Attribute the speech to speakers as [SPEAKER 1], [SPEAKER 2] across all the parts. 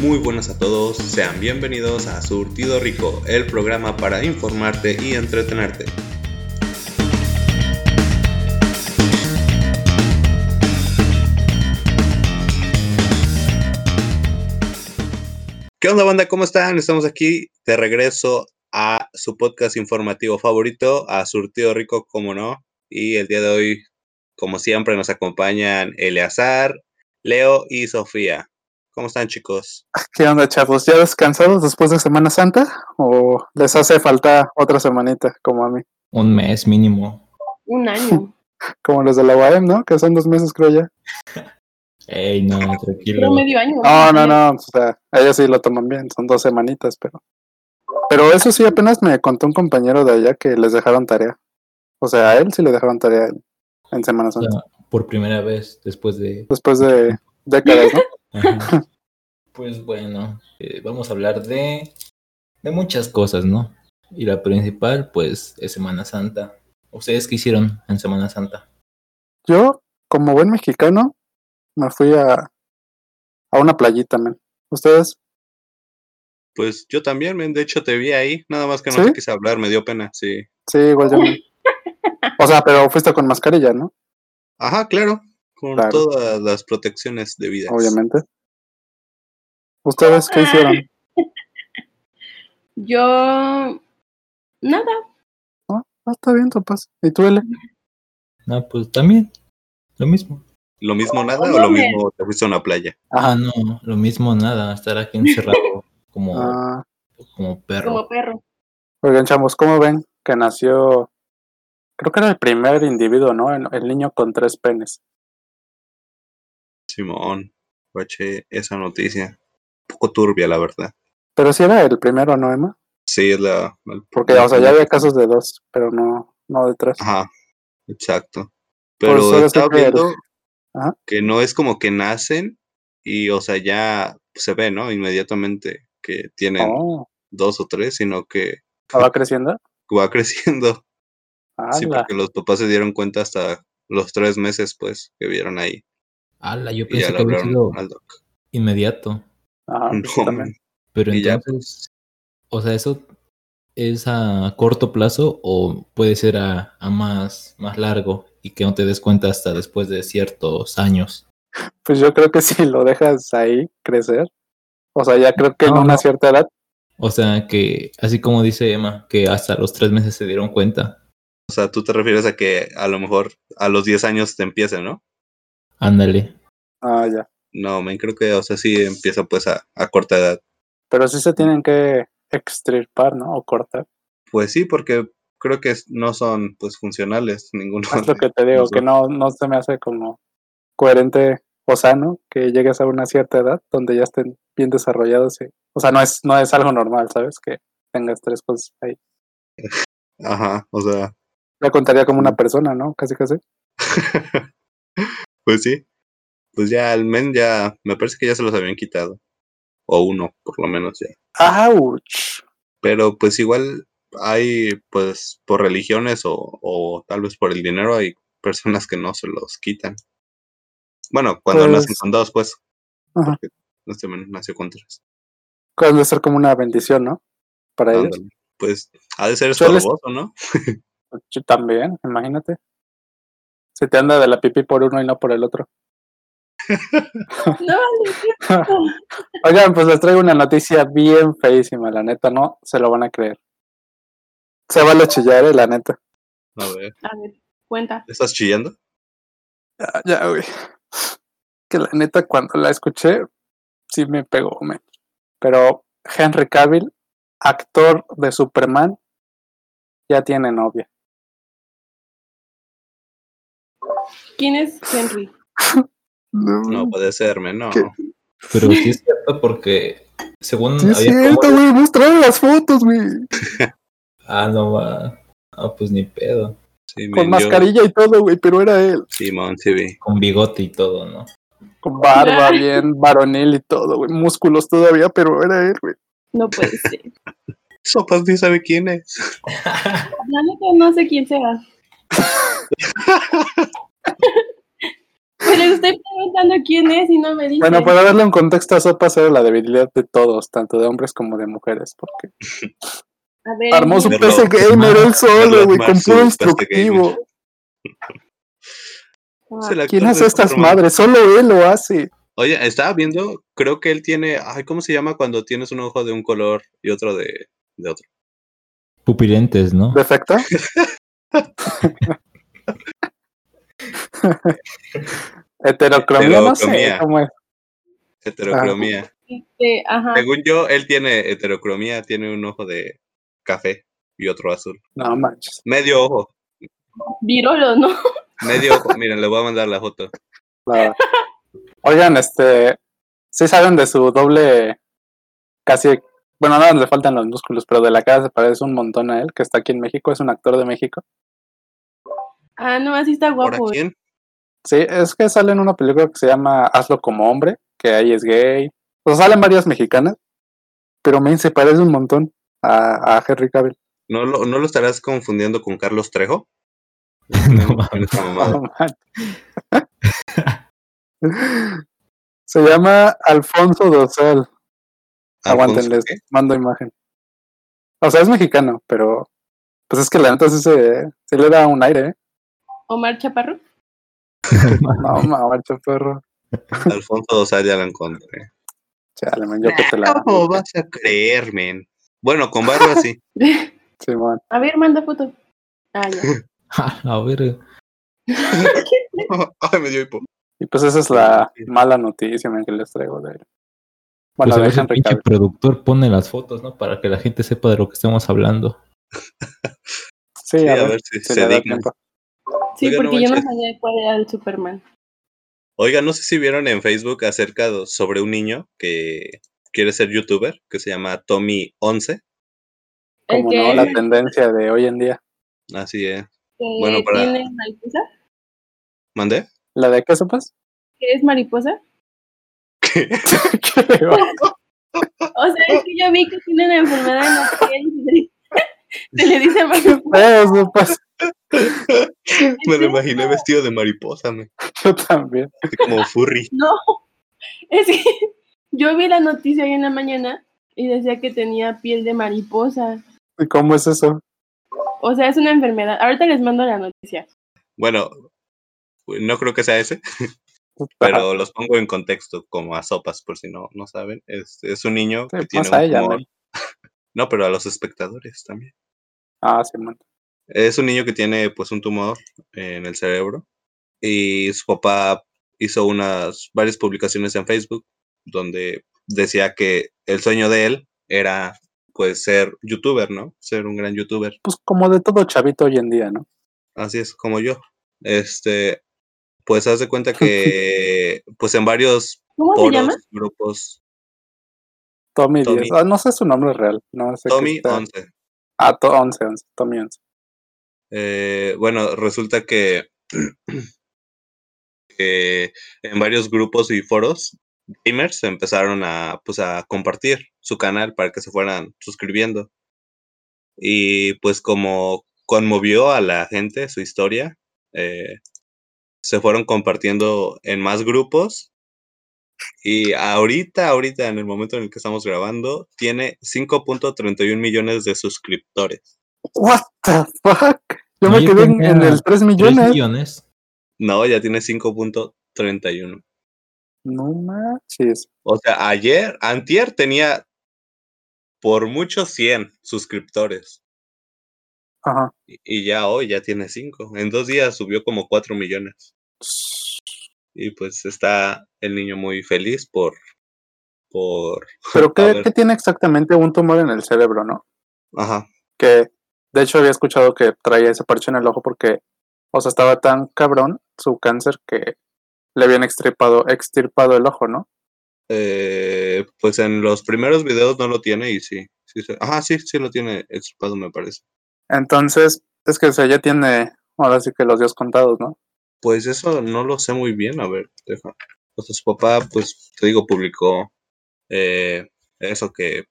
[SPEAKER 1] Muy buenas a todos, sean bienvenidos a Surtido Rico, el programa para informarte y entretenerte. ¿Qué onda banda? ¿Cómo están? Estamos aquí de regreso a su podcast informativo favorito, a Surtido Rico, como no. Y el día de hoy, como siempre, nos acompañan Eleazar, Leo y Sofía. ¿Cómo están chicos?
[SPEAKER 2] ¿Qué onda chavos? ¿Ya descansados después de Semana Santa? ¿O les hace falta otra semanita como a mí?
[SPEAKER 3] Un mes mínimo.
[SPEAKER 4] Un año.
[SPEAKER 2] Como los de la UAM, ¿no? Que son dos meses creo ya.
[SPEAKER 3] Ey, no,
[SPEAKER 4] Pero
[SPEAKER 3] tranquilo.
[SPEAKER 4] medio año.
[SPEAKER 2] No, no, no. O sea, ellos sí lo toman bien. Son dos semanitas, pero... Pero eso sí, apenas me contó un compañero de allá que les dejaron tarea. O sea, a él sí le dejaron tarea en, en Semana Santa.
[SPEAKER 3] Por primera vez después de...
[SPEAKER 2] Después de décadas, ¿no?
[SPEAKER 3] Ajá. Pues bueno, eh, vamos a hablar de, de muchas cosas, ¿no? Y la principal, pues, es Semana Santa. ¿Ustedes qué hicieron en Semana Santa?
[SPEAKER 2] Yo, como buen mexicano, me fui a, a una playita, man. ¿Ustedes?
[SPEAKER 1] Pues yo también, men, de hecho te vi ahí, nada más que no
[SPEAKER 2] ¿Sí?
[SPEAKER 1] te quise hablar, me dio pena, sí.
[SPEAKER 2] Sí, igual yo. man. O sea, pero fuiste con mascarilla, ¿no?
[SPEAKER 1] Ajá, claro, con
[SPEAKER 2] Claro.
[SPEAKER 1] todas las protecciones debidas.
[SPEAKER 2] Obviamente. ¿Ustedes qué hicieron?
[SPEAKER 4] Yo. Nada.
[SPEAKER 2] Ah, está bien, Topaz. ¿Y tú, Ele?
[SPEAKER 3] No, pues también, lo mismo.
[SPEAKER 1] ¿Lo mismo nada
[SPEAKER 4] no,
[SPEAKER 1] o lo
[SPEAKER 4] men.
[SPEAKER 1] mismo te fuiste a una playa?
[SPEAKER 3] Ah, no, lo mismo nada, estar aquí encerrado como,
[SPEAKER 2] Ah,
[SPEAKER 3] como
[SPEAKER 4] Como
[SPEAKER 3] perro.
[SPEAKER 4] perro.
[SPEAKER 2] oigan, chamos, ¿cómo ven que nació? Creo que era el primer individuo, ¿no? El, el niño con tres penes.
[SPEAKER 1] Simón, bache esa noticia. Un poco turbia, la verdad.
[SPEAKER 2] Pero sí era el primero, ¿no, Emma?
[SPEAKER 1] Sí, es la... el-
[SPEAKER 2] Porque, o sea, ya había casos de dos, pero no, no de tres.
[SPEAKER 1] Ajá, exacto.
[SPEAKER 2] Por
[SPEAKER 1] Pero
[SPEAKER 2] eso ahora
[SPEAKER 1] estaba
[SPEAKER 2] siempre el-
[SPEAKER 1] viendo
[SPEAKER 2] Ajá.
[SPEAKER 1] que no es como que nacen y, o sea, ya se ve, ¿no? Inmediatamente que tienen
[SPEAKER 2] Oh,
[SPEAKER 1] dos o tres, sino que
[SPEAKER 2] ¿estaba creciendo?
[SPEAKER 1] va creciendo. Sí,
[SPEAKER 2] ¡Hala!
[SPEAKER 1] porque los papás se dieron cuenta hasta los tres meses, pues, que vieron ahí.
[SPEAKER 3] Ala, yo
[SPEAKER 1] Y ya
[SPEAKER 3] pensé
[SPEAKER 1] le
[SPEAKER 3] que había sido Ah,
[SPEAKER 1] hablaron al doc.
[SPEAKER 3] inmediato.
[SPEAKER 2] Ajá,
[SPEAKER 1] No,
[SPEAKER 2] pues, también.
[SPEAKER 3] Pero
[SPEAKER 1] Y ya,
[SPEAKER 3] entonces, o sea, eso es a corto plazo o puede ser a, a más, más largo y que no te des cuenta hasta después de ciertos años.
[SPEAKER 2] Pues yo creo que si lo dejas ahí crecer, o sea, ya creo que
[SPEAKER 3] No,
[SPEAKER 2] en una
[SPEAKER 3] no.
[SPEAKER 2] cierta edad,
[SPEAKER 3] O sea, que así como dice Emma, que hasta los tres meses se dieron cuenta.
[SPEAKER 1] O sea, tú te refieres a que a lo mejor a los 10 años te empiecen, ¿no?
[SPEAKER 3] Ándale.
[SPEAKER 2] ah, ya.
[SPEAKER 1] No, men, creo que, o sea, sí empieza pues a, a corta edad.
[SPEAKER 2] Pero sí se tienen que extirpar, ¿no? O cortar.
[SPEAKER 1] Pues sí, porque creo que es- no son pues funcionales ninguno.
[SPEAKER 2] Es lo que te digo, que no, no se me hace como coherente o sano que llegues a una cierta edad donde ya estén bien desarrollados. y- o sea, no es, no es algo normal, ¿sabes? Que tengas tres cosas ahí.
[SPEAKER 1] Ajá, o sea,
[SPEAKER 2] Ya contaría como una persona, ¿no? Casi, casi.
[SPEAKER 1] pues sí. Pues ya al men ya, me parece que ya se los habían quitado. O uno, por lo menos ya.
[SPEAKER 2] ¡Auch!
[SPEAKER 1] Pero pues igual hay, pues, por religiones o, o tal vez por el dinero hay personas que no se los quitan. Bueno, cuando nacen
[SPEAKER 2] Pues-
[SPEAKER 1] con dos, pues.
[SPEAKER 2] Ajá.
[SPEAKER 1] Porque este men nació con tres.
[SPEAKER 2] Pues debe ser como una bendición, ¿no? Para ellos.
[SPEAKER 1] Ándale. Pues ha de ser
[SPEAKER 2] Suele-
[SPEAKER 1] estorboso, ¿no?
[SPEAKER 2] Yo también, imagínate. Se te anda de la pipí por uno y no por el otro.
[SPEAKER 4] No,
[SPEAKER 2] Oigan, pues les traigo una noticia bien feísima, la neta, no se lo van a creer. Se vale chillar, eh, la neta.
[SPEAKER 1] A ver,
[SPEAKER 4] a ver, cuenta.
[SPEAKER 1] ¿estás chillando?
[SPEAKER 2] Ya, Ah, ya, güey. Que la neta, cuando la escuché, sí me pegó, me. Pero Henry Cavill, actor de Superman, ya tiene novia.
[SPEAKER 4] ¿Quién es Henry?
[SPEAKER 1] No puede ser, men, no.
[SPEAKER 2] Mm. ¿Qué?
[SPEAKER 3] Pero sí es cierto porque según
[SPEAKER 2] Sí, es
[SPEAKER 3] había
[SPEAKER 2] cierto,
[SPEAKER 3] rumores-
[SPEAKER 2] güey. Mostraron las fotos, güey.
[SPEAKER 3] Ah, no va. Ah, pues ni pedo.
[SPEAKER 1] Sí, men,
[SPEAKER 2] Con
[SPEAKER 1] yo-
[SPEAKER 2] mascarilla y todo, güey, pero era él.
[SPEAKER 1] Simón, sí, vi.
[SPEAKER 3] Con bigote y todo, ¿no?
[SPEAKER 2] Con barba bien varonil y todo, güey. Músculos todavía, pero era él, güey.
[SPEAKER 4] No puede ser.
[SPEAKER 1] Sopas ni sabe quién es.
[SPEAKER 4] La neta, no sé quién sea. pues les estoy preguntando quién es y no me dicen.
[SPEAKER 2] Bueno, pues, para darle un contexto a Sopas era la debilidad de todos, tanto de hombres como de mujeres, porque
[SPEAKER 4] A ver,
[SPEAKER 2] armó su
[SPEAKER 4] miren,
[SPEAKER 1] Verlo-
[SPEAKER 2] PC gamer él solo,
[SPEAKER 1] verlo
[SPEAKER 2] güey,
[SPEAKER 1] armar
[SPEAKER 2] con
[SPEAKER 1] su PC
[SPEAKER 2] puro
[SPEAKER 1] gamer.
[SPEAKER 2] instructivo.
[SPEAKER 4] ah,
[SPEAKER 1] Es el
[SPEAKER 2] ¿Quién
[SPEAKER 1] actor de
[SPEAKER 2] hace estas
[SPEAKER 1] Superman.
[SPEAKER 2] madres? Solo él lo hace.
[SPEAKER 1] Oye, estaba viendo, creo que él tiene, ay, ¿cómo se llama cuando tienes un ojo de un color y otro de, de otro?
[SPEAKER 3] Pupilentes, ¿no?
[SPEAKER 2] ¿Defecto? Heterocromía, no sé
[SPEAKER 1] Heterocromía.
[SPEAKER 2] cómo es. Ah.
[SPEAKER 1] Heterocromía.
[SPEAKER 4] este, ajá.
[SPEAKER 1] Según yo, él tiene heterocromía, tiene un ojo de café y otro azul.
[SPEAKER 2] No manches,
[SPEAKER 1] Medio ojo,
[SPEAKER 4] Virolo, ¿no?
[SPEAKER 1] medio ojo. Miren, le voy a mandar la foto.
[SPEAKER 2] la- Oigan, este. ¿Sí saben de su doble. Casi. Bueno, nada, le faltan los músculos, pero de la cara se parece un montón a él, que está aquí en México, es un actor de México.
[SPEAKER 4] Ah, no, así está
[SPEAKER 1] ¿Ahora
[SPEAKER 4] guapo.
[SPEAKER 1] quién?
[SPEAKER 2] Sí, es que sale en una película que se llama Hazlo como hombre, que ahí es gay. O sea, salen varias mexicanas, pero me se parece un montón a, a Henry Cavill.
[SPEAKER 1] ¿No lo, ¿No lo estarás confundiendo con Carlos Trejo?
[SPEAKER 3] No mames.
[SPEAKER 1] Esa mamada.
[SPEAKER 2] No manches. Se llama Alfonso Dosel. Aguántenles,
[SPEAKER 1] Alfonso,
[SPEAKER 2] mando imagen. O sea, es mexicano, pero pues es que la neta sí se, sí le da un aire, ¿eh?
[SPEAKER 4] Omar Chaparro.
[SPEAKER 2] No, macho perro.
[SPEAKER 1] ¿qué? Alfonso ¿eh? Dosal ya la encontré.
[SPEAKER 2] Chale, man, yo que te la.
[SPEAKER 1] ¿Cómo vas a creer, men? Bueno, con barba sí.
[SPEAKER 2] Simón.
[SPEAKER 4] A ver, manda foto. Ah, ya.
[SPEAKER 3] A ver,
[SPEAKER 1] Ay, me dio hipo.
[SPEAKER 2] Y pues esa es la mala noticia, man, que les traigo de él. Bueno,
[SPEAKER 3] pues a
[SPEAKER 2] de
[SPEAKER 3] ver si el
[SPEAKER 2] Henry
[SPEAKER 3] pinche
[SPEAKER 2] Cavill.
[SPEAKER 3] productor pone las fotos, ¿no? Para que la gente sepa de lo que estamos hablando.
[SPEAKER 2] Sí,
[SPEAKER 1] Sí,
[SPEAKER 2] a ver.
[SPEAKER 1] si se
[SPEAKER 2] si le da
[SPEAKER 1] digna.
[SPEAKER 2] tiempo.
[SPEAKER 4] Sí,
[SPEAKER 1] Oiga, no
[SPEAKER 4] porque yo no
[SPEAKER 1] manches.
[SPEAKER 4] sabía cuál era el Superman.
[SPEAKER 1] Oiga, no sé si vieron en Facebook acerca do- sobre un niño que quiere ser youtuber, que se llama Tommy11.
[SPEAKER 4] El
[SPEAKER 2] Como
[SPEAKER 4] que,
[SPEAKER 2] no, la tendencia de hoy en día.
[SPEAKER 1] Así es.
[SPEAKER 4] que
[SPEAKER 1] bueno, para-
[SPEAKER 4] tiene mariposa,
[SPEAKER 1] ¿Mandé?
[SPEAKER 2] ¿La de pues? qué sopas?
[SPEAKER 4] que es mariposa.
[SPEAKER 2] ¿Qué?
[SPEAKER 4] O sea, es que yo vi que tiene una enfermedad en la piel y se le- se le dice mariposa.
[SPEAKER 2] Eh, sopas,
[SPEAKER 1] Me lo imaginé vestido de mariposa, me.
[SPEAKER 2] yo también.
[SPEAKER 1] Así como furry.
[SPEAKER 4] No, es que yo vi la noticia hoy en la mañana y decía que tenía piel de mariposa.
[SPEAKER 2] ¿Y cómo es eso?
[SPEAKER 4] O sea, es una enfermedad. Ahorita les mando la noticia.
[SPEAKER 1] Bueno, no creo que sea ese, pero los pongo en contexto como a sopas, por si no, no saben. Es, es un niño
[SPEAKER 2] Sí,
[SPEAKER 1] que tiene
[SPEAKER 2] pasa a
[SPEAKER 1] un
[SPEAKER 2] ella,
[SPEAKER 1] tumor.
[SPEAKER 2] men.
[SPEAKER 1] No, pero a los espectadores también.
[SPEAKER 2] Ah, Simón.
[SPEAKER 1] Es un niño que tiene pues un tumor en el cerebro y su papá hizo unas varias publicaciones en Facebook donde decía que el sueño de él era pues ser youtuber, ¿no? Ser un gran youtuber.
[SPEAKER 2] Pues como de todo chavito hoy en día, ¿no?
[SPEAKER 1] Así es como yo. Este pues haz de cuenta que pues en varios
[SPEAKER 4] ¿Cómo se llama?
[SPEAKER 1] foros, grupos
[SPEAKER 2] Tommy,
[SPEAKER 1] Tommy.
[SPEAKER 2] 10. Ah, no sé su nombre real. No sé qué
[SPEAKER 1] Tommy
[SPEAKER 2] Pues está.
[SPEAKER 1] 11.
[SPEAKER 2] Ah, to 11, 11. Tommy 11.
[SPEAKER 1] Eh, bueno, resulta que, que en varios grupos y foros gamers empezaron a, pues, a compartir su canal para que se fueran suscribiendo. Y pues como conmovió a la gente su historia, eh, se fueron compartiendo en más grupos. Y ahorita, ahorita, en el momento en el que estamos grabando, tiene 5.31 millones de suscriptores.
[SPEAKER 2] ¿What the fuck? Yo
[SPEAKER 3] No,
[SPEAKER 2] me
[SPEAKER 3] yo
[SPEAKER 2] quedé en,
[SPEAKER 3] tenía
[SPEAKER 2] en el 3
[SPEAKER 3] Tres
[SPEAKER 2] millones.
[SPEAKER 3] millones.
[SPEAKER 1] No, ya tiene 5.31.
[SPEAKER 2] No manches.
[SPEAKER 1] O sea, ayer, antier tenía por mucho 100 suscriptores.
[SPEAKER 2] Ajá.
[SPEAKER 1] Y- Y ya hoy ya tiene 5. En dos días subió como 4 millones. Y pues está el niño muy feliz por... por
[SPEAKER 2] Pero
[SPEAKER 1] A
[SPEAKER 2] ¿qué,
[SPEAKER 1] ver.
[SPEAKER 2] ¿qué tiene exactamente un tumor en el cerebro, no?
[SPEAKER 1] ajá.
[SPEAKER 2] que de hecho había escuchado que traía ese parche en el ojo porque, o sea, estaba tan cabrón su cáncer que le habían extirpado, extirpado el ojo, ¿no?
[SPEAKER 1] Eh, pues en los primeros videos no lo tiene y sí. sí se- ajá, sí, sí lo tiene extirpado me parece.
[SPEAKER 2] Entonces, es que, o sea, ya tiene, ahora sí que los días contados, ¿no?
[SPEAKER 1] Pues eso no lo sé muy bien, a ver, deja. O sea, su papá, pues, te digo, publicó eh, eso que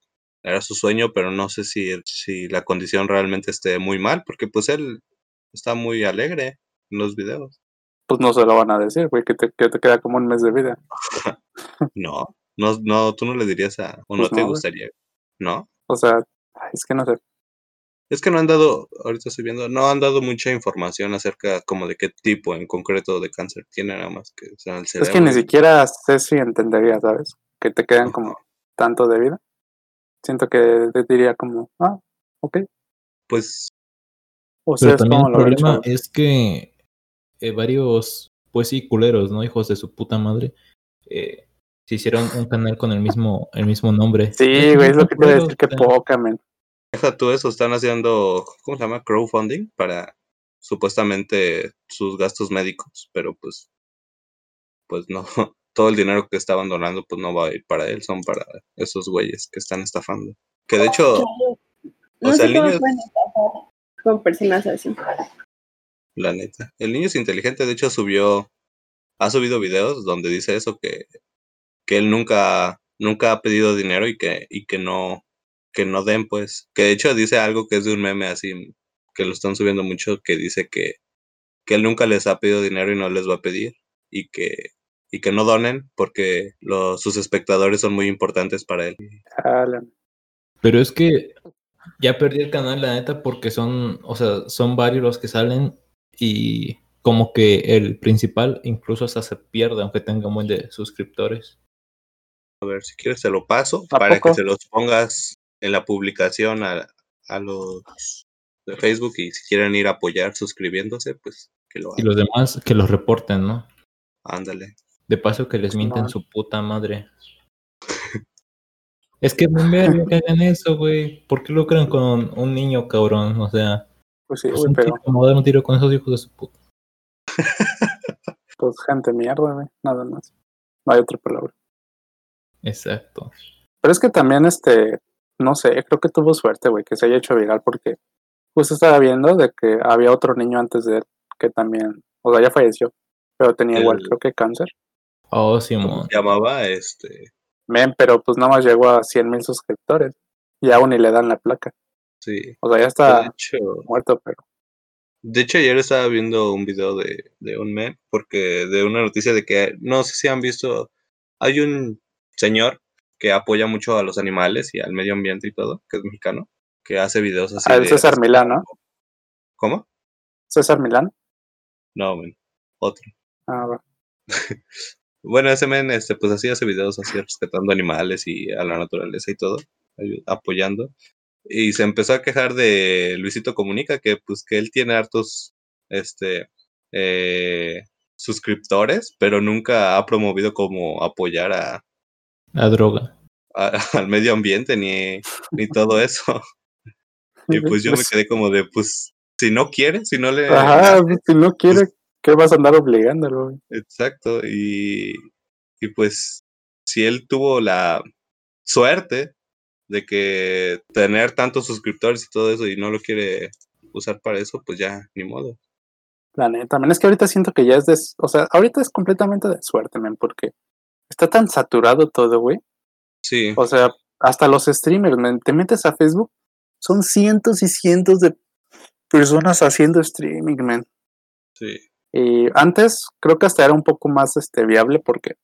[SPEAKER 1] era su sueño, pero no sé si, el- si la condición realmente esté muy mal, porque pues él está muy alegre en los videos.
[SPEAKER 2] pues no se lo van a decir, güey, que te, que te queda como un mes de vida.
[SPEAKER 1] No, no, no, tú no le dirías a. O no
[SPEAKER 2] Ah. Pues
[SPEAKER 1] te
[SPEAKER 2] no, güey.
[SPEAKER 1] gustaría. No.
[SPEAKER 2] O sea, ay, es que no sé.
[SPEAKER 1] Es que no han dado, ahorita estoy viendo, no han dado mucha información acerca como de qué tipo en concreto de cáncer tiene, nada más que o sea, el
[SPEAKER 2] Es que ni
[SPEAKER 1] cerebro.
[SPEAKER 2] siquiera sé si entendería, ¿sabes? Que te quedan
[SPEAKER 1] Ajá.
[SPEAKER 2] como tanto de vida. Siento que te diría como, ah, ok.
[SPEAKER 1] Pues
[SPEAKER 3] Pero
[SPEAKER 2] Ustedes
[SPEAKER 3] también
[SPEAKER 2] cómo
[SPEAKER 3] el
[SPEAKER 2] lo ven,
[SPEAKER 3] problema
[SPEAKER 2] chavos?
[SPEAKER 3] es que eh, varios, pues sí, culeros, ¿no? Hijos de su puta madre, eh, se hicieron un canal con el mismo, el mismo nombre.
[SPEAKER 2] Sí, güey, es lo que te iba a
[SPEAKER 3] Culeros,
[SPEAKER 2] decir, que
[SPEAKER 3] o sea,
[SPEAKER 2] poca, men.
[SPEAKER 1] deja tú eso, están haciendo, ¿cómo se llama? Crowdfunding para supuestamente sus gastos médicos, pero pues, pues no, todo el dinero que estaban donando pues no va a ir para él, son para esos güeyes que están estafando. Que de hecho,
[SPEAKER 4] Chale. No
[SPEAKER 1] sea,
[SPEAKER 4] sé
[SPEAKER 1] el
[SPEAKER 4] cómo
[SPEAKER 1] niño-
[SPEAKER 4] pueden estafar con personas así.
[SPEAKER 1] la neta, el niño es inteligente, de hecho subió, ha subido videos donde dice eso, que, que él nunca, nunca ha pedido dinero y que, y que no, que no den pues, que de hecho dice algo que es de un meme así, que lo están subiendo mucho, que dice que, que él nunca les ha pedido dinero y no les va a pedir, y que, y que no donen porque los, sus espectadores son muy importantes para él.
[SPEAKER 2] Chale.
[SPEAKER 3] Pero es que ya perdí el canal, la neta, porque son, o sea, son varios los que salen y como que el principal incluso hasta se pierde, aunque tenga un buen de suscriptores.
[SPEAKER 1] A ver, si quieres te lo paso
[SPEAKER 2] ¿A
[SPEAKER 1] para que
[SPEAKER 2] poco?
[SPEAKER 1] se los pongas en la publicación a, a los de Facebook y si quieren ir a apoyar suscribiéndose, pues que lo
[SPEAKER 3] Y
[SPEAKER 1] hagan.
[SPEAKER 3] los demás que los reporten, ¿no?
[SPEAKER 1] Ándale.
[SPEAKER 3] De paso que les mienten
[SPEAKER 2] Simón.
[SPEAKER 3] su puta madre. es que me verga que hagan eso, güey. ¿Por qué lucran con un niño, cabrón? O sea,
[SPEAKER 2] Pues sí,
[SPEAKER 3] pues
[SPEAKER 2] güey,
[SPEAKER 3] un
[SPEAKER 2] pero
[SPEAKER 3] tiro, me voy a dar un tiro con esos hijos de su puta.
[SPEAKER 2] pues gente mierda, güey, nada más. No hay otra palabra.
[SPEAKER 3] Exacto.
[SPEAKER 2] Pero es que también, este, no sé, creo que tuvo suerte, güey, que se haya hecho viral porque justo estaba viendo de que había otro niño antes de él que también, o sea, ya falleció, pero tenía igual,
[SPEAKER 1] El-
[SPEAKER 2] creo que cáncer.
[SPEAKER 3] Oh, Simón.
[SPEAKER 1] Llamaba este,
[SPEAKER 2] Men, pero pues nada más llegó a 100 mil suscriptores y aún ni le dan la placa.
[SPEAKER 1] sí.
[SPEAKER 2] O sea, ya
[SPEAKER 1] que
[SPEAKER 2] está
[SPEAKER 1] De hecho,
[SPEAKER 2] muerto, pero
[SPEAKER 1] de hecho, ayer estaba viendo un video de, de un meme, porque de una noticia de que, no sé si han visto, hay un señor que apoya mucho a los animales y al medio ambiente y todo, que es mexicano, que hace videos así.
[SPEAKER 2] Ah, el
[SPEAKER 1] de-
[SPEAKER 2] César Millán, ¿no?
[SPEAKER 1] ¿Cómo?
[SPEAKER 2] César Milán.
[SPEAKER 1] No, bueno, otro.
[SPEAKER 2] Ah, va.
[SPEAKER 1] Bueno, ese men, este, pues así hace videos así rescatando animales y a la naturaleza y todo, ayu- apoyando. Y se empezó a quejar de Luisito Comunica, que pues que él tiene hartos este eh, suscriptores, pero nunca ha promovido como apoyar a,
[SPEAKER 3] La droga.
[SPEAKER 1] a- al medio ambiente ni, ni todo eso. Y pues yo me quedé como de, pues, si no quiere, si no le...
[SPEAKER 2] Ajá, pues, si no quiere, ¿qué vas a andar obligándolo? güey?
[SPEAKER 1] Exacto, y, y pues si él tuvo la suerte de que tener tantos suscriptores y todo eso y no lo quiere usar para eso, pues ya, ni modo.
[SPEAKER 2] La neta, también es que ahorita siento que ya es de, o sea, ahorita es completamente de suerte, men, porque está tan saturado todo, güey.
[SPEAKER 1] Sí,
[SPEAKER 2] O sea, hasta los streamers, men, te metes a Facebook, son cientos y cientos de personas haciendo streaming, men.
[SPEAKER 1] sí,
[SPEAKER 2] Y antes creo que hasta era un poco más este viable porque